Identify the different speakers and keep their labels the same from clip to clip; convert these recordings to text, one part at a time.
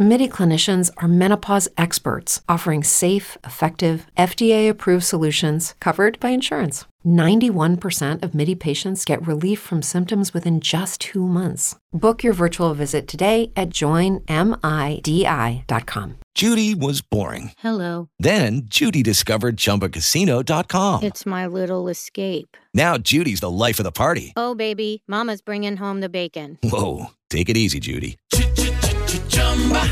Speaker 1: MIDI clinicians are menopause experts offering safe, effective, FDA approved solutions covered by insurance. 91% of MIDI patients get relief from symptoms within just two months. Book your virtual visit today at joinmidi.com.
Speaker 2: Judy was boring.
Speaker 3: Hello.
Speaker 2: Then Judy discovered chumbacasino.com.
Speaker 3: It's my little escape.
Speaker 2: Now Judy's the life of the party.
Speaker 3: Oh, baby. Mama's bringing home the bacon.
Speaker 2: Whoa. Take it easy, Judy.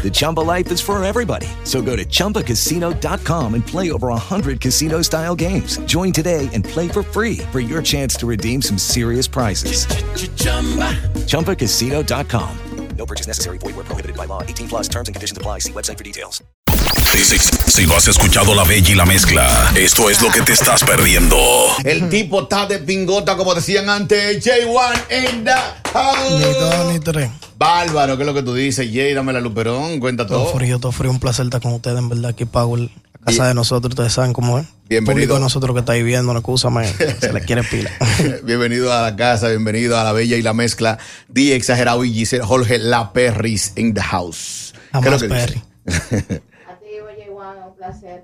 Speaker 2: The Chumba life is for everybody. So go to ChumbaCasino.com and play over 100 casino style games. Join today and play for free for your chance to redeem some serious prizes. Ch-ch-chumba. ChumbaCasino.com. No purchase necessary. Void where prohibited by law. 18 plus terms and conditions apply. See website for details.
Speaker 4: Si, si, si no has escuchado La Bella y la Mezcla, esto es lo que te estás perdiendo.
Speaker 5: El tipo está de pingota, como decían antes. J1 in the house.
Speaker 6: Ni dos ni tres.
Speaker 5: Bárbaro, ¿qué es lo que tú dices? Jay, dame la luperón, cuenta
Speaker 6: Todo
Speaker 5: todo.
Speaker 6: frío, todo frío. Un placer estar con ustedes, en verdad. Aquí pago el- la casa
Speaker 5: Bien.
Speaker 6: de nosotros, ustedes saben cómo es.
Speaker 5: Bienvenido.
Speaker 6: El público de nosotros que está ahí viendo, no escúchame, se les quiere pila.
Speaker 5: bienvenido a la casa, bienvenido a la bella y la mezcla. Di exagerado y Giselle Jorge La Perris in the house. ¿Qué es lo
Speaker 6: Jamás
Speaker 5: que dice?
Speaker 6: Perry.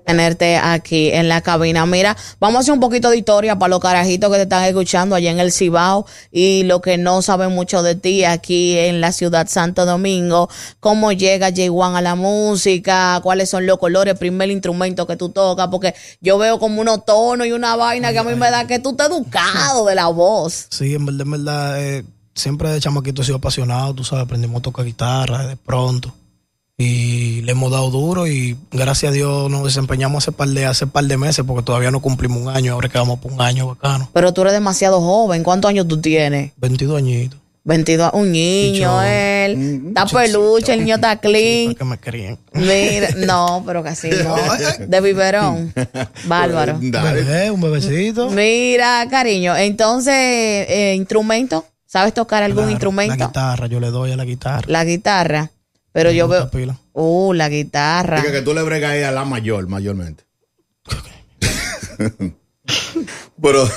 Speaker 7: tenerte aquí en la cabina. Mira, vamos a hacer un poquito de historia para los carajitos que te están escuchando allá en el Cibao y los que no saben mucho de ti aquí en la ciudad Santo Domingo. ¿Cómo llega J1 a la música? ¿Cuáles son los colores? Primer instrumento que tú tocas, porque yo veo como unos tonos y una vaina que a mí me da que tú estás educado de la voz.
Speaker 6: Sí, en verdad, en verdad, eh, siempre de chamaquito he sido apasionado, tú sabes, aprendimos a tocar guitarra de pronto. Y le hemos dado duro y gracias a Dios nos desempeñamos hace par de, hace par de meses porque todavía no cumplimos un año, ahora que vamos por un año bacano.
Speaker 7: Pero tú eres demasiado joven. ¿Cuántos años tú tienes?
Speaker 6: 22 añitos.
Speaker 7: 22, un niño,
Speaker 6: Chichón.
Speaker 7: él. Está peluche, el niño está
Speaker 6: Sí,
Speaker 7: clean.
Speaker 6: para que me críen.
Speaker 7: Mira, no, pero casi no. De biberón. Bárbaro.
Speaker 6: Un
Speaker 5: Dale.
Speaker 6: bebé, un bebecito.
Speaker 7: Mira, cariño, entonces, eh, instrumento. ¿Sabes tocar algún
Speaker 6: Claro, La
Speaker 7: instrumento?
Speaker 6: guitarra, yo le doy a la guitarra.
Speaker 7: La guitarra. Pero yo
Speaker 6: gusta pues,
Speaker 7: veo.
Speaker 6: pila.
Speaker 7: Uh, la guitarra.
Speaker 5: Diga que tú le bregas ahí a la mayor, mayormente. Pero,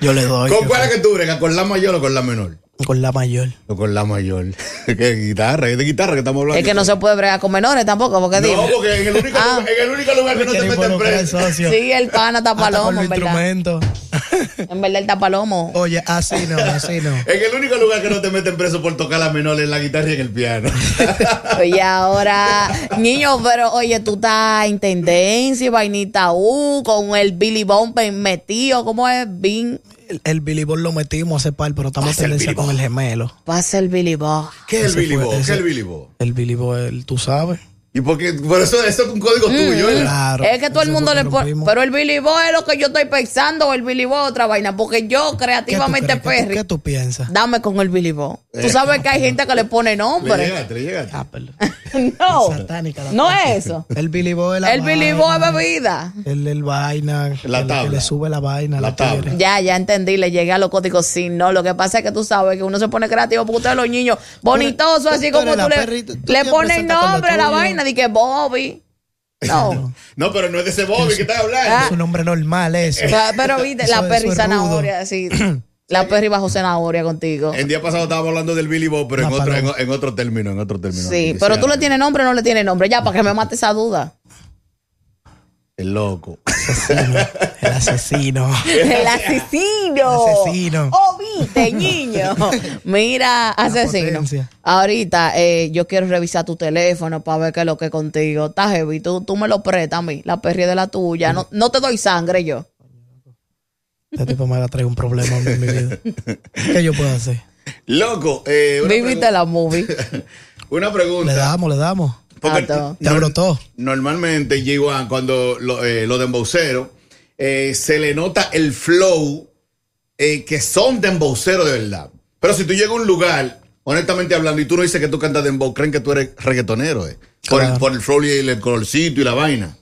Speaker 6: Yo le doy
Speaker 5: ¿con cuál es que tú bregas? ¿Con la mayor o con la menor?
Speaker 6: con la mayor.
Speaker 5: O con la mayor. ¿Qué guitarra? ¿Es de guitarra que estamos hablando?
Speaker 7: Es que no se puede bregar con menores tampoco, porque
Speaker 5: No,
Speaker 7: dime.
Speaker 5: porque en el único,
Speaker 7: Ah.
Speaker 5: en el único lugar que no te meten preso.
Speaker 7: Sí, el pana está palomo, en verdad.
Speaker 6: instrumento.
Speaker 7: En verdad, él está palomo.
Speaker 6: Oye, así no, así no.
Speaker 5: En el único lugar que no te meten preso por tocar la menor en la guitarra y en el piano.
Speaker 7: Y ahora, niño, pero oye, tú estás en tendencia, y vainita U, con el Billy Bumper metido, ¿cómo es? Bin,
Speaker 6: El, el Billy Bob lo metimos hace par, pero estamos en
Speaker 5: Pasa el
Speaker 6: tendencia
Speaker 5: Billy
Speaker 6: con
Speaker 5: Bob.
Speaker 6: el gemelo.
Speaker 7: pasa el Billy Bob.
Speaker 5: ¿Qué es el
Speaker 6: Ese
Speaker 5: Billy
Speaker 6: fue-
Speaker 5: Bob? ¿Qué es
Speaker 6: ese-
Speaker 5: el Billy Bob?
Speaker 6: El Billy Bob, el- tú sabes.
Speaker 5: ¿Y por qué? Por eso, eso es un código
Speaker 7: Mm,
Speaker 5: tuyo, ¿eh? ¿verdad?
Speaker 6: Claro.
Speaker 7: es que todo el
Speaker 6: ese
Speaker 7: mundo
Speaker 6: fue
Speaker 7: le
Speaker 6: que
Speaker 7: pone,
Speaker 6: rompimos.
Speaker 7: pero el Billy Bob es lo que yo estoy pensando, o el Billy Bob es otra vaina, porque yo
Speaker 6: ¿Qué tú
Speaker 7: creativamente
Speaker 6: crees? ¿Qué tú-
Speaker 7: Perry,
Speaker 6: ¿Qué Eh, tú piensas?
Speaker 7: dame con el Billy Bob. Tú sabes que hay gente que le pone
Speaker 5: Le
Speaker 7: nombre.
Speaker 5: llegaste, le llegaste.
Speaker 6: Ah, perdón.
Speaker 7: No,
Speaker 6: Satánica la
Speaker 7: no
Speaker 6: cosa.
Speaker 7: es eso.
Speaker 6: El Billy Bob Oh. es la
Speaker 7: El Billy Bob es bebida.
Speaker 6: El, el vaina.
Speaker 5: La
Speaker 6: el
Speaker 5: tabla.
Speaker 6: Que le sube la vaina.
Speaker 5: La
Speaker 6: La,
Speaker 5: tabla.
Speaker 6: tigre.
Speaker 7: Ya, ya entendí, le llegué a los códigos sí, no. Lo que pasa es que tú sabes que uno se pone creativo porque ustedes los niños bonitosos,
Speaker 6: tú
Speaker 7: así
Speaker 6: eres
Speaker 7: como
Speaker 6: la
Speaker 7: tú le,
Speaker 6: perrita, tú
Speaker 7: le
Speaker 6: siempre
Speaker 7: pones
Speaker 6: sacas lo
Speaker 7: nombre a la
Speaker 6: tuyo.
Speaker 7: vaina, di que Bobby. No.
Speaker 5: No, pero no es de ese Bobby que estás hablando.
Speaker 7: Ah.
Speaker 6: Es un nombre normal eso.
Speaker 7: O sea, Pero viste,
Speaker 6: Eso-
Speaker 7: la
Speaker 6: eso
Speaker 7: perri
Speaker 6: es rudo.
Speaker 7: zanahoria, sí. La perri bajo zanahoria contigo.
Speaker 5: El día pasado estábamos hablando del Billy Bob, pero en
Speaker 6: La
Speaker 5: otro, en,
Speaker 6: paloma.
Speaker 5: en otro término, en otro término.
Speaker 7: Sí,
Speaker 5: Que
Speaker 7: pero
Speaker 5: sea
Speaker 7: tú le tienes nombre o no le tienes nombre, ya, para que me mate esa duda.
Speaker 5: El loco.
Speaker 6: El asesino.
Speaker 7: El asesino.
Speaker 6: El asesino.
Speaker 7: Oh, viste, niño. Mira, asesino.
Speaker 6: potencia.
Speaker 7: Ahorita eh, yo quiero revisar tu teléfono para ver qué es lo que es contigo. Está heavy. Tú, tú me lo prestas a mí, la perri de la tuya. No, no te doy sangre yo.
Speaker 6: Este tipo me va a traer un problema a mí en mi vida. ¿Qué yo puedo hacer?
Speaker 5: Loco, eh, una,
Speaker 7: Viviste la movie.
Speaker 5: pregu- una
Speaker 6: Le
Speaker 5: pregunta.
Speaker 6: damos, le damos.
Speaker 5: Porque
Speaker 7: Tato.
Speaker 6: Te brotó.
Speaker 5: Normalmente, J1, cuando lo, eh, lo dembocero, eh, se le nota el flow eh, que son dembowceros de verdad. Pero si tú llegas a un lugar, honestamente hablando, y tú no dices que tú cantas dembow, creen que tú eres reggaetonero, eh. Por, el,
Speaker 6: Claro.
Speaker 5: por el flow y el colorcito y la vaina.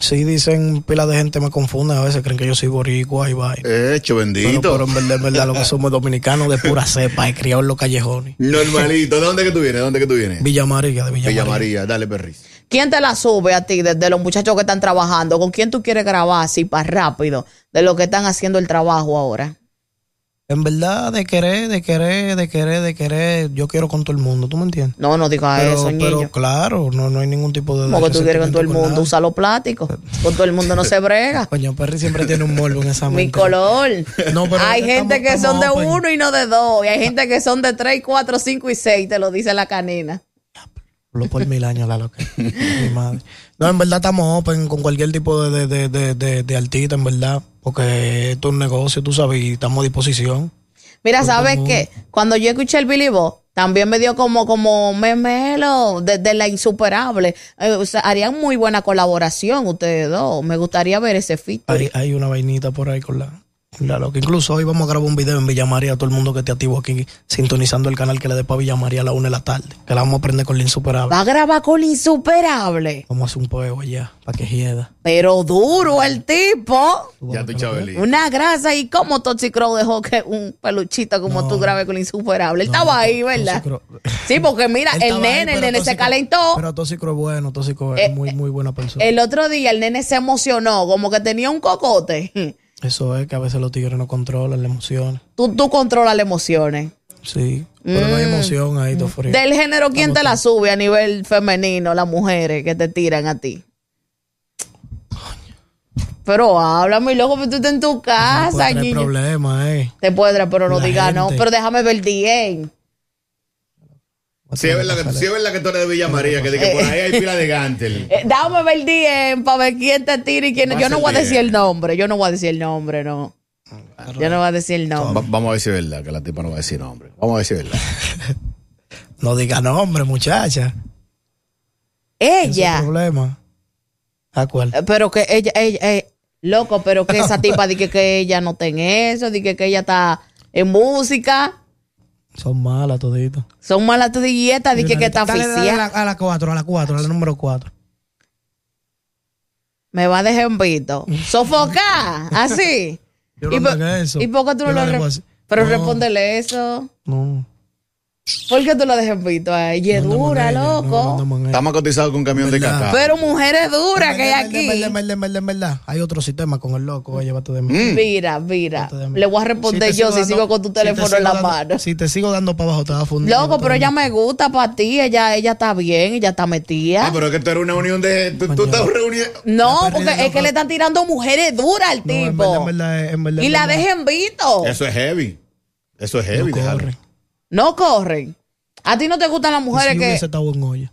Speaker 6: Sí, dicen, pila de gente me confunde a veces, creen que yo soy boricua y vaina.
Speaker 5: Hecho,
Speaker 6: Pero,
Speaker 5: bendito.
Speaker 6: pero en verdad, en verdad, lo que somos dominicanos de pura cepa y criados en los callejones.
Speaker 5: Normalito. ¿De dónde que tú vienes? ¿De dónde que tú vienes?
Speaker 6: Villa María, de Villa,
Speaker 5: Villa
Speaker 6: María.
Speaker 5: María. Dale, Perris.
Speaker 7: ¿Quién te la sube a ti de, de los muchachos que están trabajando? ¿Con quién tú quieres grabar así para rápido de los que están haciendo el trabajo ahora?
Speaker 6: En verdad, de querer, de querer, de querer, de querer, yo quiero con todo el mundo, ¿tú me entiendes?
Speaker 7: No, no digas
Speaker 6: pero,
Speaker 7: eso,
Speaker 6: pero
Speaker 7: niño.
Speaker 6: claro, no, no hay ningún tipo de...
Speaker 7: Como que tú quieres con todo el
Speaker 6: resentimiento
Speaker 7: mundo,
Speaker 6: nadie.
Speaker 7: usa los plásticos. Con todo el mundo no se brega.
Speaker 6: Coño, Perry siempre tiene un morbo en esa
Speaker 7: Mi
Speaker 6: mente.
Speaker 7: color.
Speaker 6: No, pero
Speaker 7: hay gente
Speaker 6: estamos-
Speaker 7: que son
Speaker 6: estamos
Speaker 7: de
Speaker 6: open.
Speaker 7: uno y no de dos. Y hay gente que son de tres, cuatro, cinco y seis, te lo dice la canina.
Speaker 6: Lo por mil años, la loca. Mi madre. No, en verdad estamos open con cualquier tipo de, de, de, de, de- de artista, en verdad. Porque esto es un negocio, tú sabes, y estamos a disposición.
Speaker 7: Mira, ¿sabes qué? Cuando yo escuché el Billy Bob, también me dio como, como memelo de, de la insuperable. Eh, o sea, harían muy buena colaboración ustedes dos. Me gustaría ver ese fit.
Speaker 6: Hay, hay una vainita por ahí con la, con la loca. Incluso hoy vamos a grabar un video en Villa María, todo el mundo que esté activo aquí, sintonizando el canal que le dé para Villa María a las 1 de la tarde. Que la vamos a aprender con la insuperable.
Speaker 7: Va a grabar con la insuperable.
Speaker 6: Vamos a hacer un poeo allá, para que hieda.
Speaker 7: Pero duro el tipo.
Speaker 5: Ya tú, Chabelín.
Speaker 7: Una grasa y como Toxic Crow dejó que un peluchito como tú grabe con la insuperable. Él estaba ahí, ¿verdad?
Speaker 6: Toxic Crow-
Speaker 7: Sí, porque mira,
Speaker 6: Él
Speaker 7: el
Speaker 6: estaba ahí,
Speaker 7: nene, el
Speaker 6: pero
Speaker 7: nene se
Speaker 6: Tóxico-
Speaker 7: calentó. Eh,
Speaker 6: Pero Tóxico es bueno, Tóxico es muy, muy buena persona.
Speaker 7: El otro día el nene se emocionó, como que tenía un cocote.
Speaker 6: Eso es que a veces los tigres no controlan la emoción.
Speaker 7: Tú, tú controlas las emociones.
Speaker 6: Sí, pero no hay
Speaker 7: Mm.
Speaker 6: emoción ahí, todo frío.
Speaker 7: Del género, ¿quién te la sube a nivel femenino? Las mujeres que te tiran a ti. Pero háblame, loco, pero tú estás en tu casa,
Speaker 6: No hay
Speaker 7: niño.
Speaker 6: problema, eh.
Speaker 7: Te puedes traer, pero no
Speaker 6: La
Speaker 7: digas no.
Speaker 6: gente.
Speaker 7: Pero déjame ver bien.
Speaker 5: Sí, es verdad que, sí, es verdad que tú eres de Villa María, que, dije, por ahí hay pila de Gantel.
Speaker 7: Eh, Dame ver bien para ver quién te tira y quién. no. Yo no voy a decir el nombre. Yo no voy a decir el nombre, no. Yo no voy a decir el nombre.
Speaker 5: Va- vamos a ver si es verdad, que la tipa no va a decir nombre. Vamos a ver si es verdad.
Speaker 6: No diga nombre, muchacha. Ese es el
Speaker 7: Ella.
Speaker 6: problema. ¿A cuál?
Speaker 7: Eh, Pero que ella, ella, eh, loco, pero que esa tipa di que, que ella no está en eso, di que, que ella está en música,
Speaker 6: Son malas toditas.
Speaker 7: son malas tu dieta, di que, que está
Speaker 6: Dale, dale,
Speaker 7: oficial.
Speaker 6: dale A la 4, a la 4, a la número 4.
Speaker 7: Me va de ejembrito. Sofocar, así.
Speaker 6: Yo
Speaker 7: ¿Y,
Speaker 6: no
Speaker 7: po-
Speaker 6: haga eso.
Speaker 7: ¿Y por qué tú
Speaker 6: Yo
Speaker 7: no lo
Speaker 6: le hago
Speaker 7: re-
Speaker 6: así.
Speaker 7: Pero
Speaker 6: No,
Speaker 7: respóndele eso.
Speaker 6: No.
Speaker 7: ¿Por qué tú lo dejas ejembrito a ella? Y es
Speaker 6: no andamos
Speaker 7: dura,
Speaker 6: en ella, no, no
Speaker 7: loco.
Speaker 6: andamos en ella.
Speaker 5: Estamos cotizados con un camión de
Speaker 6: ¿Verdad?
Speaker 5: caca.
Speaker 7: pero mujeres duras que hay
Speaker 6: En verdad,
Speaker 7: aquí.
Speaker 6: En verdad, en verdad, en verdad. Hay otro sistema con el loco. Oye, llévate de mí.
Speaker 5: Mm.
Speaker 7: Mira, mira.
Speaker 6: Llévate de mí.
Speaker 7: Le voy a
Speaker 6: te
Speaker 7: responder yo si
Speaker 6: dando-
Speaker 7: sigo con tu
Speaker 6: si te
Speaker 7: teléfono
Speaker 6: sigo
Speaker 7: en la
Speaker 6: dando-
Speaker 7: mano.
Speaker 6: Si te sigo dando para abajo, te vas a fundir.
Speaker 7: Loco, pero
Speaker 6: Otra
Speaker 7: ella
Speaker 6: vez.
Speaker 7: me gusta para ti, ella, ella está bien, ella está metida.
Speaker 5: Ah, pero es que esto era una unión de. Tú, tú estás reuniendo.
Speaker 7: No,
Speaker 6: La
Speaker 7: porque
Speaker 6: pérdida
Speaker 7: es que
Speaker 6: Ah, no-
Speaker 7: le están tirando mujeres duras al
Speaker 6: No, en
Speaker 7: tipo.
Speaker 6: verdad, en verdad, en verdad,
Speaker 7: y
Speaker 6: en
Speaker 7: la
Speaker 6: verdad.
Speaker 7: dejen visto.
Speaker 5: Eso es heavy. Eso es heavy.
Speaker 6: No
Speaker 5: déjalo.
Speaker 6: corre.
Speaker 7: No corren. A ti no te gustan las mujeres
Speaker 6: Si
Speaker 7: que.
Speaker 6: hubiese estado en olla.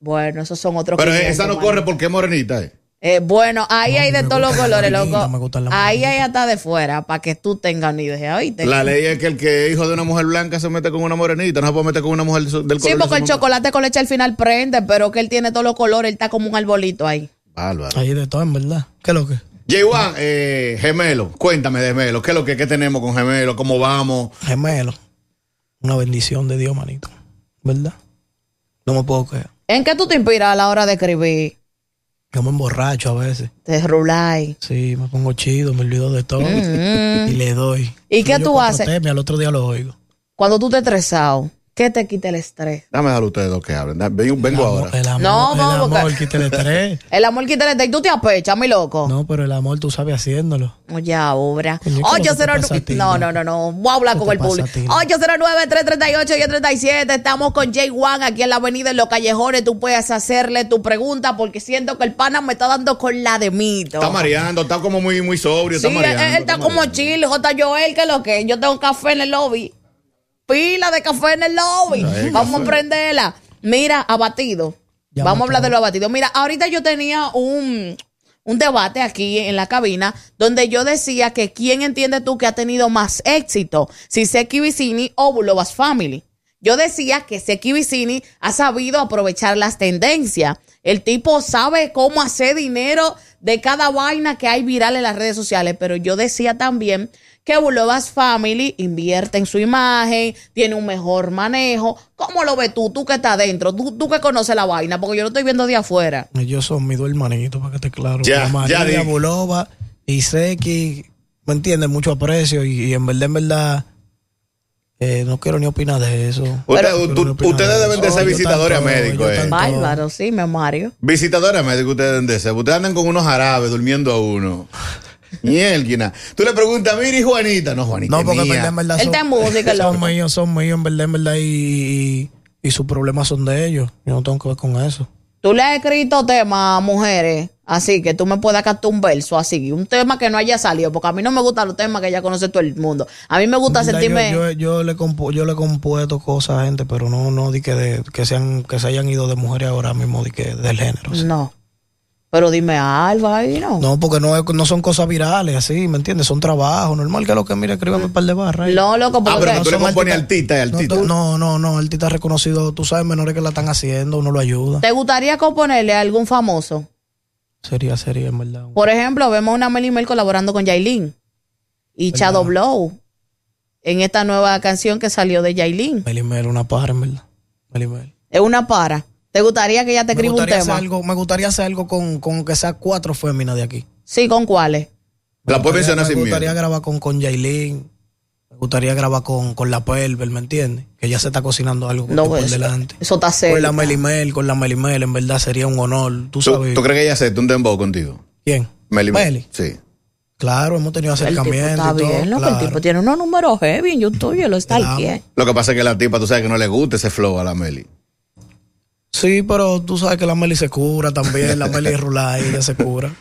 Speaker 7: Bueno, esos son otros.
Speaker 5: Pero
Speaker 7: 500,
Speaker 5: esa no
Speaker 7: mano.
Speaker 5: corre porque es morenita. eh.
Speaker 7: Eh, bueno, ahí
Speaker 6: No, a
Speaker 7: hay
Speaker 6: mí
Speaker 7: de
Speaker 6: me
Speaker 7: todos los
Speaker 6: gustan las
Speaker 7: colores,
Speaker 6: morenitas,
Speaker 7: loco.
Speaker 6: me gustan las
Speaker 7: Ahí hay
Speaker 6: morenitas.
Speaker 7: hasta de fuera, para que tú tengas ni idea, ¿oíste?
Speaker 5: La ley es que el que es hijo de una mujer blanca se mete con una morenita. No se puede meter con una mujer su- del color.
Speaker 7: sí,
Speaker 5: de
Speaker 7: porque el
Speaker 5: su mamá.
Speaker 7: chocolate con leche al final prende, pero que él tiene todos los colores, él está como un arbolito ahí.
Speaker 5: Bárbaro.
Speaker 6: Ahí de todo, en verdad. ¿Qué es lo que?
Speaker 5: J1, eh, gemelo. Cuéntame de gemelo. ¿Qué es lo que qué tenemos con gemelo? ¿Cómo vamos?
Speaker 6: Gemelo. Una bendición de Dios, manito. ¿Verdad? No me puedo creer.
Speaker 7: ¿En qué tú te inspiras a la hora de escribir?
Speaker 6: Yo me emborracho a veces.
Speaker 7: Te ruláis.
Speaker 6: Sí, me pongo chido, me olvido de todo. Y le doy.
Speaker 7: Mm-hmm. ¿Y qué
Speaker 6: Yo
Speaker 7: tú
Speaker 6: cuatro
Speaker 7: haces?
Speaker 6: temas y al otro día lo oigo.
Speaker 7: Cuando tú te estresado, ¿qué te quita el estrés?
Speaker 5: Dame dejar a ustedes dos que hablen. Da- Vengo, vengo ahora.
Speaker 6: El amor,
Speaker 7: No,
Speaker 6: el
Speaker 7: vamos,
Speaker 6: amor,
Speaker 7: porque-
Speaker 6: quítale tres.
Speaker 7: El amor quita el estrés. ¿Y tú te apechas, mi loco? Oh,
Speaker 6: No, pero el amor tú sabes haciéndolo.
Speaker 7: Oye, ahora.
Speaker 6: Coño, ¿cómo que te pasa a
Speaker 7: 809.
Speaker 6: ti,
Speaker 7: No, no, no,
Speaker 6: loco?
Speaker 7: no. Voy a hablar
Speaker 6: ¿Qué
Speaker 7: con
Speaker 6: te
Speaker 7: el
Speaker 6: pasa
Speaker 7: público.
Speaker 6: a ti, loco?
Speaker 7: 809-338-1037. Estamos con Jay Wan aquí en la avenida en los callejones. Tú puedes hacerle tu pregunta porque siento que el pana me está dando con la de mito.
Speaker 5: Está mareando, está como muy, muy sobrio.
Speaker 7: Sí,
Speaker 5: está
Speaker 7: él,
Speaker 5: mareando.
Speaker 7: él está como
Speaker 5: mareando.
Speaker 7: chile. J. Joel, que lo que. Yo tengo café en el lobby. Pila de café en el lobby.
Speaker 5: Ay,
Speaker 7: Vamos
Speaker 5: café.
Speaker 7: a prenderla. Mmira, abatido.
Speaker 6: eh, Ya
Speaker 7: Vamos a
Speaker 6: mató.
Speaker 7: hablar de lo abatido. Mira, ahorita yo tenía un, un debate aquí en la cabina donde yo decía que quién entiende tú que ha tenido más éxito, si Seki Vicini o Bulovas Family. Yo decía que Seki Vicini ha sabido aprovechar las tendencias. El tipo sabe cómo hacer dinero de cada vaina que hay viral en las redes sociales, pero yo decía también que Bulovas Family invierte en su imagen, tiene un mejor manejo. ¿Cómo lo ves tú? Tú que estás adentro, tú, tú que conoces la vaina, porque yo lo estoy viendo de afuera.
Speaker 6: Ellos son mis dos hermanitos, para que esté claro.
Speaker 5: Ya,
Speaker 6: La
Speaker 5: ya
Speaker 6: María
Speaker 5: dije.
Speaker 6: Bulova y Seki, me entiendes, mucho aprecio y, y en verdad, en verdad, Eh, no quiero ni opinar de eso.
Speaker 5: Usted-
Speaker 6: No quiero
Speaker 5: tú-
Speaker 6: ni opinar
Speaker 5: ustedes
Speaker 6: de
Speaker 5: deben
Speaker 6: eso.
Speaker 5: de ser
Speaker 6: Yo
Speaker 5: visitadores
Speaker 6: tanto-
Speaker 5: a médicos,
Speaker 6: yo
Speaker 5: eh.
Speaker 6: tanto-
Speaker 7: Bárbaro, sí, me Mario.
Speaker 5: Visitadores médicos, ustedes deben de ser. Ustedes andan con unos jarabes durmiendo a uno. Mielquina. Tú le preguntas, mira, y Juanita. No, Juanita.
Speaker 6: No,
Speaker 5: es
Speaker 6: porque en
Speaker 5: mía.
Speaker 6: verdad, en verdad.
Speaker 7: Él está en música,
Speaker 6: Son
Speaker 7: loco.
Speaker 6: míos, son míos, en verdad, en verdad. Y, y, y sus problemas son de ellos. Yo no tengo que ver con eso.
Speaker 7: Tú le has escrito temas a mujeres, así que tú me puedas cantar un verso así, un tema que no haya salido, porque a mí no me gustan los temas que ya conoce todo el mundo. A mí me gusta
Speaker 6: En verdad,
Speaker 7: sentirme...
Speaker 6: Yo, yo- yo le compu- yo le he compuesto cosas a gente, pero no, no di que, de- que, sean, que se hayan ido de mujeres ahora mismo, di que del género. sí.
Speaker 7: No. Pero dime algo ahí, ¿no?
Speaker 6: No, porque no, es- no son cosas virales, así, ¿me entiendes? Son trabajos, normal que lo que mira, escríbame un par de barras. ahí.
Speaker 7: No, loco,
Speaker 5: Ah,
Speaker 7: porque...
Speaker 5: pero que tú le
Speaker 6: son
Speaker 5: compones
Speaker 6: artistas-
Speaker 5: artista y artista.
Speaker 6: No, no, no, no, artistas reconocidos, tú sabes, menores que la están haciendo, uno lo ayuda.
Speaker 7: ¿Te gustaría componerle a algún famoso?
Speaker 6: Sería, sería, en verdad.
Speaker 7: Por ejemplo, vemos a una Mel y Mel colaborando con Yailin y Shadow Blow en esta nueva canción que salió de Yailin.
Speaker 6: Melimel, una pájara, en verdad. Melimel.
Speaker 7: Es una para. ¿Te gustaría que ella te
Speaker 6: Me
Speaker 7: escriba un
Speaker 6: gustaría, hacer
Speaker 7: tema?
Speaker 6: algo, me gustaría hacer algo con, con que sea cuatro féminas de aquí.
Speaker 7: Sí, ¿con cuáles?
Speaker 6: Me
Speaker 5: La puedes
Speaker 6: gustaría-
Speaker 5: mencionar sin
Speaker 6: Me gustaría
Speaker 5: miedo.
Speaker 6: grabar con, con Yailin. Me gustaría grabar con, con la Perver, ¿me entiendes? Que ya se está cocinando algo
Speaker 7: No,
Speaker 6: por
Speaker 7: eso,
Speaker 6: delante.
Speaker 7: eso está cerca.
Speaker 6: Con la Melimel, con la Melimel, en verdad sería un honor. ¿Tú,
Speaker 5: ¿Tú,
Speaker 6: sabes
Speaker 5: tú crees que ella acepta un dembow contigo?
Speaker 6: quién?
Speaker 5: Meli. Mel.
Speaker 6: Meli.
Speaker 5: Sí.
Speaker 6: Claro, hemos tenido
Speaker 7: El tipo
Speaker 6: acercamiento.
Speaker 7: está
Speaker 6: y todo,
Speaker 7: bien, loco.
Speaker 6: claro.
Speaker 7: El tipo tiene unos números heavy en YouTube. Yo lo está
Speaker 6: Claro.
Speaker 7: bien.
Speaker 5: Lo que pasa es que la tipa, tú sabes que no le gusta ese flow a la Meli.
Speaker 6: Sí, pero tú sabes que la Meli se cura también. La Meli es rulada y ella se cura.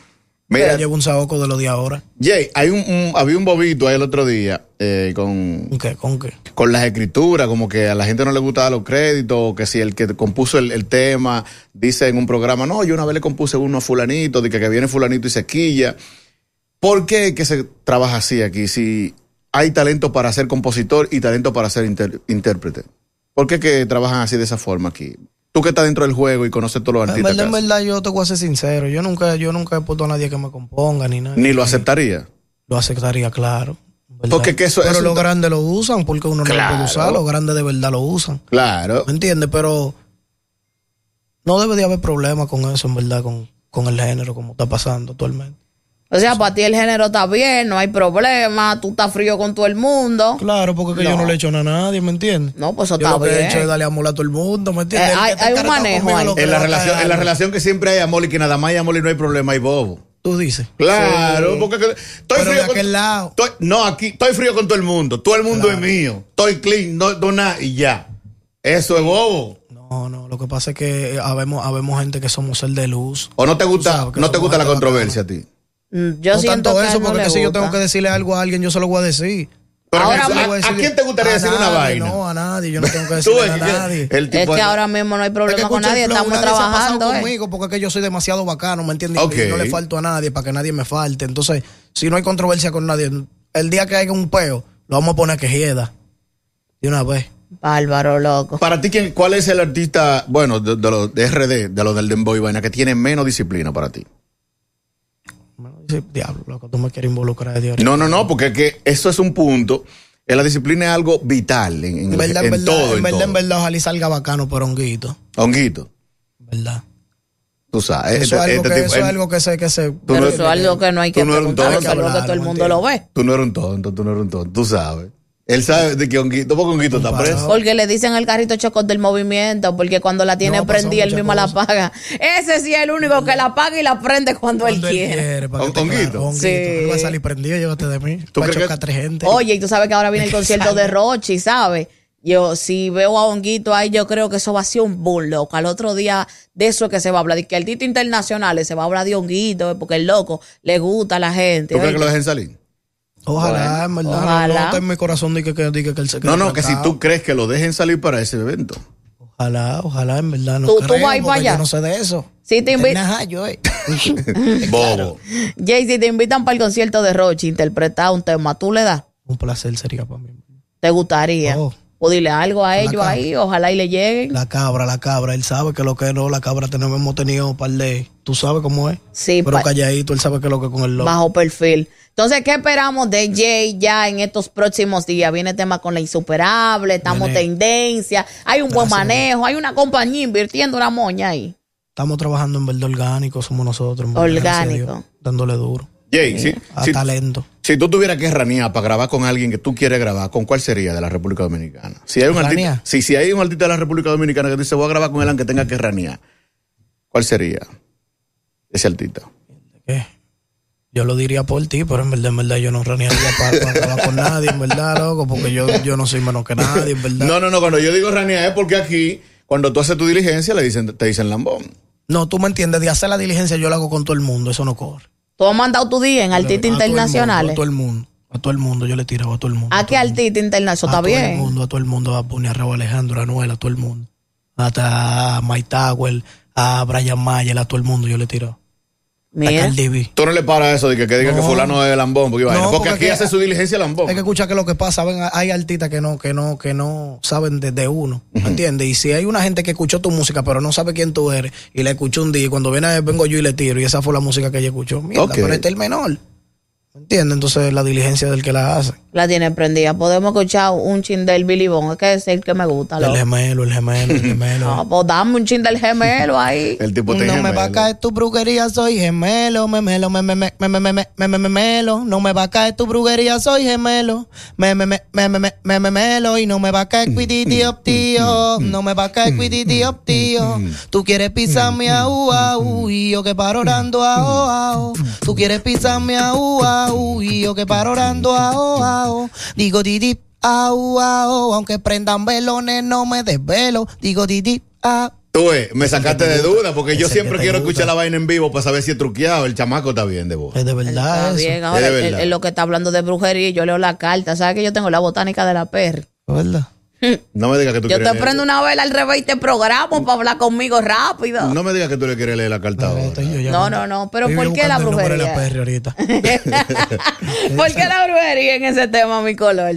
Speaker 5: Mira,
Speaker 6: Ella lleva un saoco de los de ahora.
Speaker 5: Jay, hay un, un- había un bobito ahí el otro día eh, con,
Speaker 6: ¿Con qué? ¿Con qué?
Speaker 5: con las escrituras, como que a la gente no le gustaba los créditos, o que si el que compuso el, el tema dice en un programa, no, yo una vez le compuse uno a fulanito, de que, que viene fulanito y se quilla. ¿Por qué que se trabaja así aquí? Si hay talento para ser compositor y talento para ser inter- intérprete. ¿Por qué que trabajan así de esa forma aquí? Tú que estás dentro del juego y conoces todos los
Speaker 6: En
Speaker 5: artistas.
Speaker 6: verdad, en
Speaker 5: que hacen.
Speaker 6: verdad, yo te voy a ser sincero. Yo nunca, yo nunca he puesto a nadie que me componga ni nada.
Speaker 5: Ni lo aceptaría.
Speaker 6: Lo aceptaría, claro. ¿verdad?
Speaker 5: Porque que eso-
Speaker 6: Pero
Speaker 5: eso
Speaker 6: los
Speaker 5: está-
Speaker 6: grandes lo usan, porque uno no lo
Speaker 5: Claro.
Speaker 6: puede usar, los grandes de verdad lo usan.
Speaker 5: Claro.
Speaker 6: ¿Me entiendes? Pero no debe de haber problema con eso, en verdad, con, con el género, como está pasando actualmente.
Speaker 7: O sea, para ti el género está bien, no hay problema. Tú estás frío con todo el mundo.
Speaker 6: Claro, porque que yo no le echo nada a nadie, ¿me entiendes?
Speaker 7: No, pues eso
Speaker 6: yo
Speaker 7: está
Speaker 6: lo que he
Speaker 7: bien.
Speaker 6: hecho es darle amor a todo el mundo, ¿me entiendes?
Speaker 7: Eh,
Speaker 6: El que
Speaker 7: hay-
Speaker 6: está
Speaker 7: hay un
Speaker 6: encarretado
Speaker 7: manejo
Speaker 6: conmigo
Speaker 7: ahí.
Speaker 6: lo que
Speaker 5: En
Speaker 6: le
Speaker 5: la,
Speaker 6: va a
Speaker 5: relación,
Speaker 6: caer
Speaker 5: en la
Speaker 6: algo.
Speaker 5: relación que siempre hay a Molly, que nada más hay a Molly no hay problema, hay bobo.
Speaker 6: Tú dices.
Speaker 5: Claro, porque que- estoy
Speaker 6: Pero
Speaker 5: frío
Speaker 6: de aquel lado.
Speaker 5: estoy- no, aquí estoy frío con todo el mundo. Todo el mundo es mío. Estoy clean, no no nada y ya. Eso es bobo.
Speaker 6: No, no, lo que pasa es que eh, habemos, habemos gente que somos ser de luz.
Speaker 5: O no te
Speaker 6: Tú
Speaker 5: gusta,
Speaker 6: sabes que
Speaker 5: no te
Speaker 6: somos
Speaker 5: gusta la
Speaker 6: gente
Speaker 5: controversia a ti.
Speaker 7: Mm, Yo
Speaker 6: no
Speaker 7: siento
Speaker 6: tanto
Speaker 7: que a él
Speaker 6: eso,
Speaker 7: no
Speaker 6: porque
Speaker 7: le
Speaker 6: que si yo
Speaker 7: gusta.
Speaker 6: tengo que decirle algo a alguien, yo se lo voy a decir.
Speaker 5: Pero
Speaker 7: Ahora
Speaker 5: ¿a-
Speaker 6: Yo
Speaker 7: mismo-
Speaker 6: no voy
Speaker 5: ¿a, a quién te gustaría
Speaker 6: a
Speaker 5: decir una
Speaker 6: nadie,
Speaker 5: vaina?
Speaker 6: No, a nadie, yo no tengo que
Speaker 5: Tú,
Speaker 6: decirle a
Speaker 5: es que-
Speaker 6: nadie.
Speaker 5: el
Speaker 7: Es
Speaker 5: tipo-
Speaker 7: que ahora mismo no hay
Speaker 6: Es que
Speaker 7: problema con
Speaker 6: escucha el
Speaker 7: nadie.
Speaker 6: flow,
Speaker 7: Estamos
Speaker 6: nadie se ha pasado
Speaker 7: trabajando. eh.
Speaker 6: conmigo porque es que yo soy demasiado bacano, ¿me entiendes?
Speaker 5: Ok.
Speaker 6: Y no le falto a nadie para que nadie me falte. Entonces, si no hay controversia con nadie, el día que haya un peo, lo vamos a poner que hieda. De una vez.
Speaker 7: Bárbaro, loco.
Speaker 5: Para ti, ¿quién, ¿cuál es el artista, bueno, de, de los de RD, de los del Dembow y vaina, que tiene menos disciplina para ti?
Speaker 6: Bueno, dice, Diablo, loco, tú me quieres involucrar de ahorita.
Speaker 5: No, no, no, porque es que eso es un punto. eh, La disciplina es algo vital en, en-
Speaker 6: En verdad,
Speaker 5: en
Speaker 6: en verdad,
Speaker 5: todo.
Speaker 6: en
Speaker 5: en
Speaker 6: verdad,
Speaker 5: todo.
Speaker 6: en verdad, ojalá y salga bacano, pero honguito.
Speaker 5: Honguito,
Speaker 6: ¿Verdad?
Speaker 5: tú sabes. este-
Speaker 6: Eso, es algo,
Speaker 5: este
Speaker 6: que,
Speaker 5: tipo-
Speaker 6: eso es
Speaker 5: él-
Speaker 6: algo que sé que se.
Speaker 7: Pero
Speaker 5: no
Speaker 7: eso es algo que no hay
Speaker 5: tú
Speaker 7: que
Speaker 5: no eres un
Speaker 7: preguntar,
Speaker 5: tonto.
Speaker 7: es algo que todo el mundo lo ve.
Speaker 5: Tú no eres un tonto, tú no eres un tonto, tú sabes. Él sabe de que Honguito, porque Honguito está preso.
Speaker 7: Porque le dicen el carrito chocón del movimiento, porque cuando la tiene
Speaker 6: No, pasó
Speaker 7: prendida, él
Speaker 6: muchas
Speaker 7: mismo la
Speaker 6: cosas.
Speaker 7: paga. Ese sí es el único que la paga y la prende cuando,
Speaker 6: Cuando
Speaker 7: él quiere.
Speaker 6: para que
Speaker 5: Hon-
Speaker 6: te
Speaker 5: honguito.
Speaker 6: claro, honguito.
Speaker 7: Sí.
Speaker 6: Él va a salir prendido, llévate de mí.
Speaker 5: ¿Tú
Speaker 6: Va a
Speaker 5: crees que-
Speaker 6: chocar tres gente.
Speaker 7: Oye, y tú sabes que ahora viene el concierto de Rochi, ¿sabes? Yo, si veo a Honguito ahí, yo creo que eso va a ser un boom, loco. Al otro día, de eso es que se va a hablar. De que artistas internacionales se va a hablar de Honguito, eh, porque el loco le gusta a la gente.
Speaker 5: ¿Tú crees
Speaker 7: ¿oíste?
Speaker 5: que lo dejen salir?
Speaker 6: Ojalá, en verdad. no-
Speaker 7: Ojalá.
Speaker 6: No, está en mi corazón de que, que, de que, que él se quede
Speaker 5: No, no, que si
Speaker 6: trancado.
Speaker 5: tú crees que lo dejen salir para ese evento.
Speaker 6: Ojalá, ojalá, en verdad. No
Speaker 7: Tú- tú
Speaker 6: creo,
Speaker 7: vas a ir
Speaker 6: porque
Speaker 7: para allá.
Speaker 6: Yo no sé de eso.
Speaker 7: Sí, te invi-
Speaker 6: Ajá, yo. eh.
Speaker 5: Bobo.
Speaker 7: Jay, si te invitan para el concierto de Rochi, interpretar un tema, ¿tú le das?
Speaker 6: Un placer sería para mí.
Speaker 7: ¿Te gustaría?
Speaker 6: Oh.
Speaker 7: O dile algo a ellos
Speaker 6: cara.
Speaker 7: ahí, ojalá y le lleguen.
Speaker 6: La cabra, la cabra. Él sabe que lo que es, no, la cabra tenemos, hemos tenido un par de. Tú sabes cómo es.
Speaker 7: Sí,
Speaker 6: Pero
Speaker 7: pa-
Speaker 6: calladito, él sabe que lo que es con el loco.
Speaker 7: bajo perfil. Entonces, ¿qué esperamos de Jay ya en estos próximos días? Viene tema con la insuperable, estamos
Speaker 6: Viene.
Speaker 7: tendencia, hay un buen
Speaker 6: Gracias,
Speaker 7: manejo, hay una compañía invirtiendo una moña ahí.
Speaker 6: Estamos trabajando en verdad orgánico, somos nosotros. en verdad, gracias a Dios,
Speaker 7: Orgánico.
Speaker 6: dándole duro.
Speaker 5: Jay, si,
Speaker 6: A
Speaker 5: si-
Speaker 6: talento.
Speaker 5: Si tú tuvieras que ranear para grabar con alguien que tú quieres grabar, ¿con cuál sería de la República Dominicana? Si hay un
Speaker 6: ¿Ranear?
Speaker 5: artista, si, si hay un artista de la República Dominicana que dice voy a grabar con él aunque tenga que ranear, ¿cuál sería ese artista?
Speaker 6: ¿Qué? Yo lo diría por ti, pero en verdad, en verdad, yo no ranearía para, para acabar con nadie, en verdad, loco, porque yo, yo no soy menos que nadie, en verdad.
Speaker 5: No, no, no, cuando yo digo ranear es porque aquí, cuando tú haces tu diligencia, le dicen, te dicen lambón.
Speaker 6: No, tú me entiendes, de hacer la diligencia yo la hago con todo el mundo, eso no corre.
Speaker 7: Tú has mandado tu día en
Speaker 6: A todo
Speaker 7: artistas
Speaker 6: el mundo,
Speaker 7: internacionales.
Speaker 6: A todo el mundo, a todo el mundo, yo le tiraba a todo el mundo.
Speaker 7: ¿A qué artista internacional? Eso
Speaker 6: a
Speaker 7: está
Speaker 6: todo el
Speaker 7: bien.
Speaker 6: mundo, a todo el mundo, a Puni, a Raúl Alejandro, a Anuel, a todo el mundo. Hasta a Mike Tower, a Brian Mayer, a todo el mundo yo le tiraba. A
Speaker 7: Mira.
Speaker 6: Cardi B.
Speaker 5: Tú no le paras eso de que, que diga que
Speaker 6: No.
Speaker 5: fulano es lambón, porque, vaina. porque,
Speaker 6: porque
Speaker 5: aquí
Speaker 6: que-
Speaker 5: hace su diligencia lambón.
Speaker 6: Hay que escuchar que lo que pasa, ven, hay artistas que no, que no, que no saben de, de uno, ¿entiendes? Y si hay una gente que escuchó tu música pero no sabe quién tú eres y la escuchó un día y cuando viene a ver, vengo yo y le tiro y esa fue la música que ella escuchó, mierda,
Speaker 5: Ok.
Speaker 6: pero este es el menor, ¿entiendes? Entonces la diligencia del que la hace,
Speaker 7: La tiene prendida. Podemos escuchar un chin del Billy Bond. Es que es el que me gusta.
Speaker 6: el
Speaker 7: loco.
Speaker 6: gemelo, el gemelo, el gemelo.
Speaker 7: No, pues dame un chin del gemelo ahí.
Speaker 5: El tipo te
Speaker 6: no me
Speaker 5: gemelo.
Speaker 6: va a caer tu brujería, soy gemelo, me melo, me me me me me me me me me melo, no me va a caer tu brujería, soy gemelo, me me me me me me me me melo y no me va a caer cuititio tío, no me va a caer cuititio tío, tú quieres pisarme a u au y yo que paro orando a o ao, tú quieres pisarme a u au y yo que paro orando a o ao, digo didi au au, aunque prendan velones no me desvelo, digo didi au
Speaker 5: Tú ves, me sacaste de duda, porque yo
Speaker 6: Ese
Speaker 5: siempre
Speaker 6: que te
Speaker 5: quiero
Speaker 6: gusta.
Speaker 5: escuchar la vaina en vivo para saber si es truqueado. El chamaco está bien de voz.
Speaker 6: Es de verdad
Speaker 7: Está
Speaker 6: eso.
Speaker 7: bien, ahora
Speaker 5: de
Speaker 7: él-
Speaker 5: verdad.
Speaker 7: él lo que está hablando de brujería, yo leo la carta. ¿Sabes que yo tengo la botánica de la perra?
Speaker 6: de verdad.
Speaker 5: No me digas que tú
Speaker 7: Yo
Speaker 5: quieres
Speaker 7: te
Speaker 6: eh,
Speaker 7: prendo una vela al revés y te programo para hablar conmigo rápido.
Speaker 5: No me digas que tú le quieres leer la carta ahora.
Speaker 7: No, no, no, pero
Speaker 6: Yo
Speaker 7: ¿por
Speaker 6: voy
Speaker 7: qué la
Speaker 6: buscando el nombre de
Speaker 7: brujería?
Speaker 6: la perra ahorita.
Speaker 7: ¿Por qué la brujería en ese tema, mi color?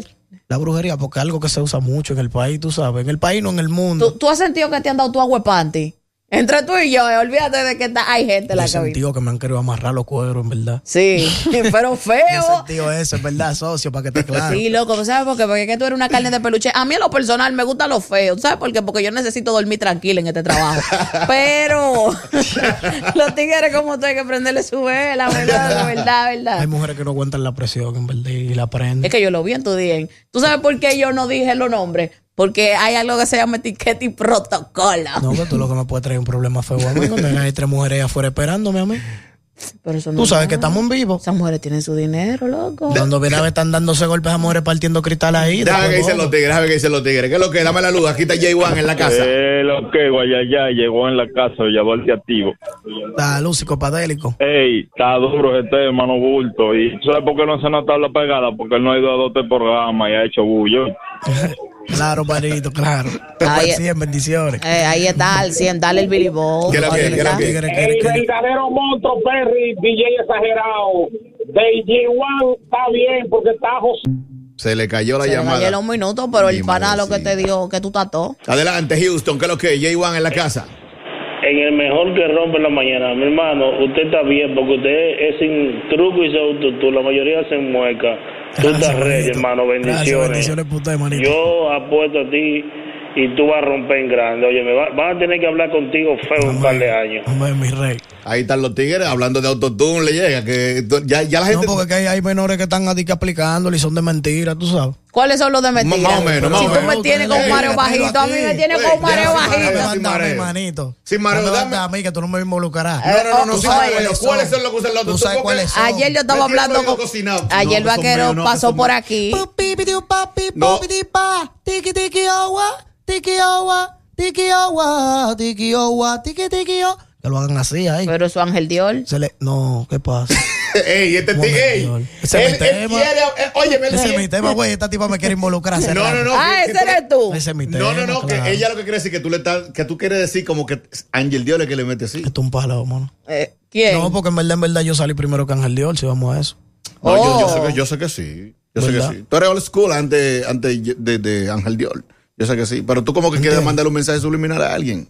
Speaker 6: La brujería, porque es algo que se usa mucho en el país, tú sabes. En el país, no en el
Speaker 7: ¿Tú,
Speaker 6: mundo.
Speaker 7: tú has sentido que te han dado tu agua panty? Entre tú y yo, eh, olvídate de que está, hay gente en
Speaker 6: Yo
Speaker 7: la
Speaker 6: he
Speaker 7: cabina.
Speaker 6: sentido que me han querido amarrar los cueros, en verdad.
Speaker 7: Sí, pero
Speaker 6: Yo he
Speaker 7: feo.
Speaker 6: sentido eso, en verdad, socio, para que te claro.
Speaker 7: Sí, loco, ¿tú ¿sabes por qué? Porque es que tú eres una carne de peluche. A mí en lo personal me gusta lo feo, ¿tú ¿sabes por qué? Porque yo necesito dormir tranquila en este trabajo. Pero los tigres como tú hay que prenderle su vela, ¿verdad? ¿Verdad?
Speaker 6: Hay
Speaker 7: ¿Verdad?
Speaker 6: mujeres que no aguantan la presión, en verdad, y la prenden.
Speaker 7: Es que yo lo vi en tu día. ¿Tú sabes por qué yo no dije los nombres? Porque hay algo que se llama etiqueta y protocolo.
Speaker 6: No, que tú lo que me puede traer un problema feo a mí, cuando hay tres mujeres allá afuera esperándome a mí.
Speaker 7: Pero eso no
Speaker 6: Tú sabes
Speaker 7: es
Speaker 6: que
Speaker 7: nada.
Speaker 6: estamos en vivo.
Speaker 7: Esas mujeres tienen su dinero, loco.
Speaker 6: Cuando viene a ver, están dándose golpes a mujeres partiendo cristal ahí.
Speaker 5: Déjame que
Speaker 6: tampoco.
Speaker 5: dicen los tigres, déjame que dicen los tigres. ¿Qué es lo que? Dame la luz, aquí está Jay Wan en la casa.
Speaker 8: Eh, lo que Guayayá llegó en la casa, Villavolti activo.
Speaker 6: Da luz psicopatélico.
Speaker 8: Ey, está duro ese tema, no bulto. ¿Y tú sabes por qué no se nota la pegada? Porque él no ha ido a dos tres programas y ha hecho bullo.
Speaker 6: Claro, parito, claro.
Speaker 7: Ay, eh.
Speaker 6: 100 bendiciones.
Speaker 7: Eh, ahí está al 100, dale el Billy Bob.
Speaker 5: Que la
Speaker 7: dale,
Speaker 5: que- que la
Speaker 7: ¿verdad?
Speaker 5: que-
Speaker 6: Tigre,
Speaker 9: El
Speaker 6: quiere que-
Speaker 9: verdadero monstruo Perry, DJ exagerado. De G1 está bien porque está José.
Speaker 5: Se le cayó la
Speaker 7: Se le
Speaker 5: llamada.
Speaker 7: dañó los minutos, pero
Speaker 5: Mi
Speaker 7: el pana lo que
Speaker 5: madrecita.
Speaker 7: te dijo, que tú tató.
Speaker 5: Adelante, Houston, ¿qué es lo que? Jay Wan en la casa.
Speaker 10: En el mejor que rompe en la mañana, mi hermano, usted está bien porque usted es sin truco y se autotú, la mayoría hacen mueca. Tú
Speaker 6: Gracias,
Speaker 10: estás rey,
Speaker 6: manito.
Speaker 10: hermano,
Speaker 6: Gracias,
Speaker 10: bendiciones.
Speaker 6: bendiciones para usted, hermanito.
Speaker 10: Yo apuesto a ti y tú vas a romper en grande. Oye, me va- vas a tener que hablar contigo feo un par de años.
Speaker 6: Hombre, mi rey.
Speaker 5: Ahí están los tigres hablando de autotune, le llega. que tú- ya, ya la
Speaker 6: No,
Speaker 5: gente.
Speaker 6: porque es que hay, hay menores que están adic- aplicándole y son de mentira, tú sabes.
Speaker 7: ¿Cuáles son los de
Speaker 5: más
Speaker 7: mentira?
Speaker 5: o menos, más
Speaker 7: si
Speaker 5: o
Speaker 7: tú
Speaker 5: menos.
Speaker 7: me tienes con
Speaker 5: Ey,
Speaker 7: un mareo
Speaker 6: déjalo
Speaker 7: bajito, a mí
Speaker 6: aquí.
Speaker 7: me tienes
Speaker 5: Ey,
Speaker 7: con un mareo
Speaker 5: déjalo sin mareo,
Speaker 7: bajito.
Speaker 5: sin
Speaker 6: Mándame,
Speaker 5: mareo.
Speaker 6: manito.
Speaker 5: Sin mareo,
Speaker 6: No me
Speaker 5: dame.
Speaker 6: mandas a mí que tú no me
Speaker 5: No,
Speaker 6: involucrarás.
Speaker 5: no, no, no,
Speaker 7: Eh,
Speaker 5: sin
Speaker 7: oye,
Speaker 5: mareo. ¿Cuáles son los que usan los
Speaker 6: Tú
Speaker 5: autotune?
Speaker 6: sabes
Speaker 5: Porque-
Speaker 6: cuáles son.
Speaker 7: Ayer yo
Speaker 5: Me
Speaker 7: estaba
Speaker 5: tiene
Speaker 7: hablando
Speaker 5: medio
Speaker 7: con...
Speaker 5: cocinado.
Speaker 7: Ayer
Speaker 5: No, que son
Speaker 7: vaquero
Speaker 5: menos, no, que
Speaker 7: pasó
Speaker 5: son
Speaker 7: por
Speaker 5: menos.
Speaker 7: aquí.
Speaker 6: Papi, pidiu, papi,
Speaker 5: No.
Speaker 6: papi, di, pa. Tiki, tiki, agua, tiki, agua, tiki, agua, tiki, agua, tiki, tiki, o. Que lo hagan así ahí.
Speaker 7: Pero su Ángel Dior.
Speaker 6: Se le... No, ¿qué pasa?
Speaker 5: Ey, este
Speaker 6: Momento,
Speaker 5: tigre. ey,
Speaker 6: Dios. Ese es mi
Speaker 5: él- él
Speaker 6: tema.
Speaker 5: quiere- eh, Oye, me-
Speaker 6: Ese es mi tema, güey. Esta tipa me quiere involucrar. hacer
Speaker 5: No, no,
Speaker 6: daño.
Speaker 5: no.
Speaker 7: Ah,
Speaker 5: que-
Speaker 7: ese
Speaker 5: que-
Speaker 7: eres tú.
Speaker 6: Ese es mi tema.
Speaker 5: No, no, no, que
Speaker 6: claro.
Speaker 5: ella lo que quiere decir que tú le estás, que tú quieres decir como que Ángel Dios es que le mete así.
Speaker 6: Esto es un palo, mano.
Speaker 7: Eh, ¿Quién?
Speaker 6: No, porque en verdad, en verdad, yo salí primero que Ángel Dior, si vamos a eso.
Speaker 5: No, yo, yo
Speaker 7: Oh.
Speaker 5: sé que, yo sé que sí. Yo sé que
Speaker 6: ¿Verdad?
Speaker 5: sí. Tú eres old school antes, antes de, de Ángel Dior. Yo sé que sí. Pero tú como que quieres
Speaker 6: Entiendo.
Speaker 5: mandarle un mensaje subliminal a alguien.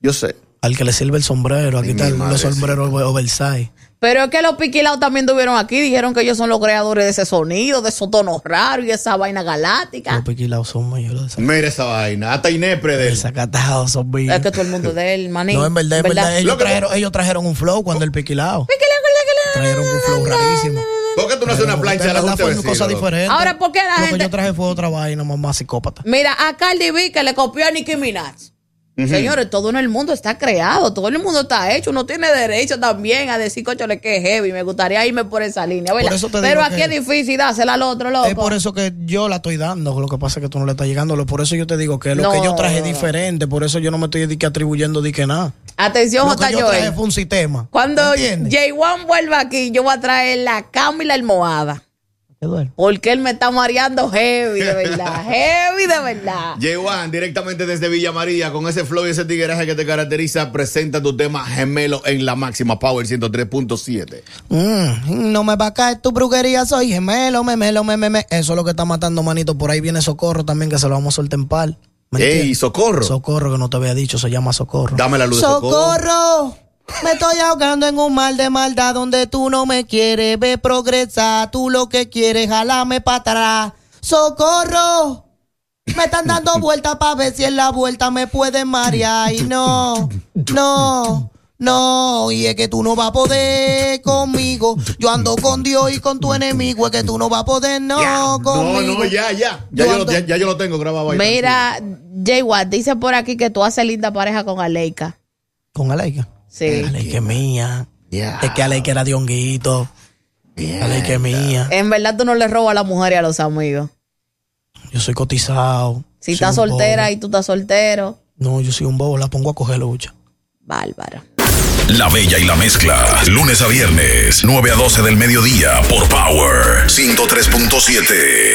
Speaker 5: Yo sé.
Speaker 6: Al que le sirve el sombrero, aquí
Speaker 5: Ay, mi
Speaker 6: están los
Speaker 5: madrecita.
Speaker 6: sombreros over- oversize.
Speaker 7: Pero es que los piquilados también estuvieron aquí, dijeron que ellos son los creadores de ese sonido, de esos tonos raros y esa vaina galáctica.
Speaker 6: Los piquilados son míos, los
Speaker 5: Mira esa vaina. Hasta Inepre de él.
Speaker 6: desacatados son míos.
Speaker 7: Es que todo el mundo de él, maní.
Speaker 6: No, en verdad, en verdad, eh,
Speaker 5: Lo
Speaker 6: ellos
Speaker 5: que-
Speaker 6: trajeron, ellos trajeron un flow cuando el piquilado.
Speaker 7: Piquilao, piquilao, piquilao.
Speaker 6: Trajeron un flow rarísimo.
Speaker 5: ¿Por qué tú no haces una plancha de la
Speaker 6: Ustedes
Speaker 5: junta de
Speaker 6: fue cosa
Speaker 5: vecinos, loco?
Speaker 6: diferente.
Speaker 7: Ahora, ¿por qué la
Speaker 6: Lo que
Speaker 7: gente-
Speaker 6: yo traje fue otra vaina, mamá psicópata.
Speaker 7: Mira, a Cardi B que le copió a Nicki Minaj. Señores, todo en el mundo está creado, todo en el mundo está hecho. Uno tiene derecho también a decir, cochole, que es heavy. Me gustaría irme por esa línea, ¿verdad?
Speaker 6: Por eso te
Speaker 7: Pero
Speaker 6: digo
Speaker 7: aquí
Speaker 6: que-
Speaker 7: es difícil dársela al otro, loco.
Speaker 6: Es por eso que yo la estoy dando, lo que pasa es que tú no le estás llegando. Lo- Por eso yo te digo que lo
Speaker 7: No.
Speaker 6: que yo traje es diferente, por eso yo no me estoy di que atribuyendo di que nada.
Speaker 7: Atención,
Speaker 6: Lo
Speaker 7: J.
Speaker 6: que yo
Speaker 7: Joel.
Speaker 6: traje fue un sistema.
Speaker 7: Cuando
Speaker 6: ¿Entiendes?
Speaker 7: J1 vuelva aquí, yo voy a traer la cama y la almohada.
Speaker 6: Te duele.
Speaker 7: Porque él me está mareando heavy, de verdad. heavy, de verdad.
Speaker 5: Yeguan, directamente desde Villa María, con ese flow y ese tigueraje que te caracteriza, presenta tu tema gemelo en la máxima Power 103.7.
Speaker 6: Mm, no me va a caer tu brujería, soy gemelo, memelo, mememe. Eso es lo que está matando, manito. Por ahí viene Socorro también, que se lo vamos a soltar en par. ¿Me
Speaker 5: ¡Ey,
Speaker 6: entiendes?
Speaker 5: socorro!
Speaker 6: Socorro, que no te había dicho, se llama Socorro.
Speaker 5: Dame la luz de socorro.
Speaker 6: Me estoy ahogando en un mal de maldad donde tú no me quieres ver progresar. Tú lo que quieres, jalame para atrás. Socorro. Me están dando vueltas para ver si en la vuelta me pueden marear. Y no, no, no. Y es que tú no vas a poder conmigo. Yo ando con Dios y con tu enemigo. Es que tú no vas a poder, no,
Speaker 5: No,
Speaker 6: conmigo.
Speaker 5: no, ya, ya. Ya yo, lo- ya- ya yo lo tengo grabado ahí.
Speaker 7: Mira, J. Watt dice por aquí que tú haces linda pareja con Aleika.
Speaker 6: Con Aleika.
Speaker 7: Sí.
Speaker 6: Aleika es mía.
Speaker 5: Ya.
Speaker 6: Es que Aleika era de honguito. Aleika es mía.
Speaker 7: En verdad tú no le robas a la mujer y a los amigos.
Speaker 6: Yo soy cotizado.
Speaker 7: Si
Speaker 6: soy
Speaker 7: estás
Speaker 6: un
Speaker 7: soltera
Speaker 6: bobo.
Speaker 7: y tú estás soltero,
Speaker 6: No, yo soy un bobo, la pongo a coger lucha.
Speaker 7: bárbaro.
Speaker 4: La Bella y la Mezcla. Lunes a viernes, 9 a 12 del mediodía por Power 103.7.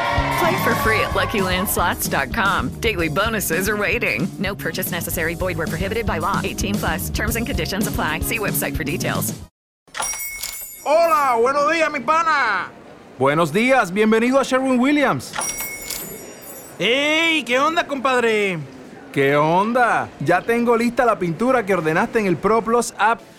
Speaker 11: Play for free at LuckyLandSlots.com. Daily bonuses are waiting. No purchase necessary. Void were prohibited by law. 18 plus. Terms and conditions apply. See website for details.
Speaker 12: Hola, buenos días, mi pana.
Speaker 13: Buenos días, bienvenido a Sherwin Williams.
Speaker 12: ¡Ey! ¿Qué onda, compadre?
Speaker 13: ¿Qué onda? Ya tengo lista la pintura que ordenaste en el ProPlus app.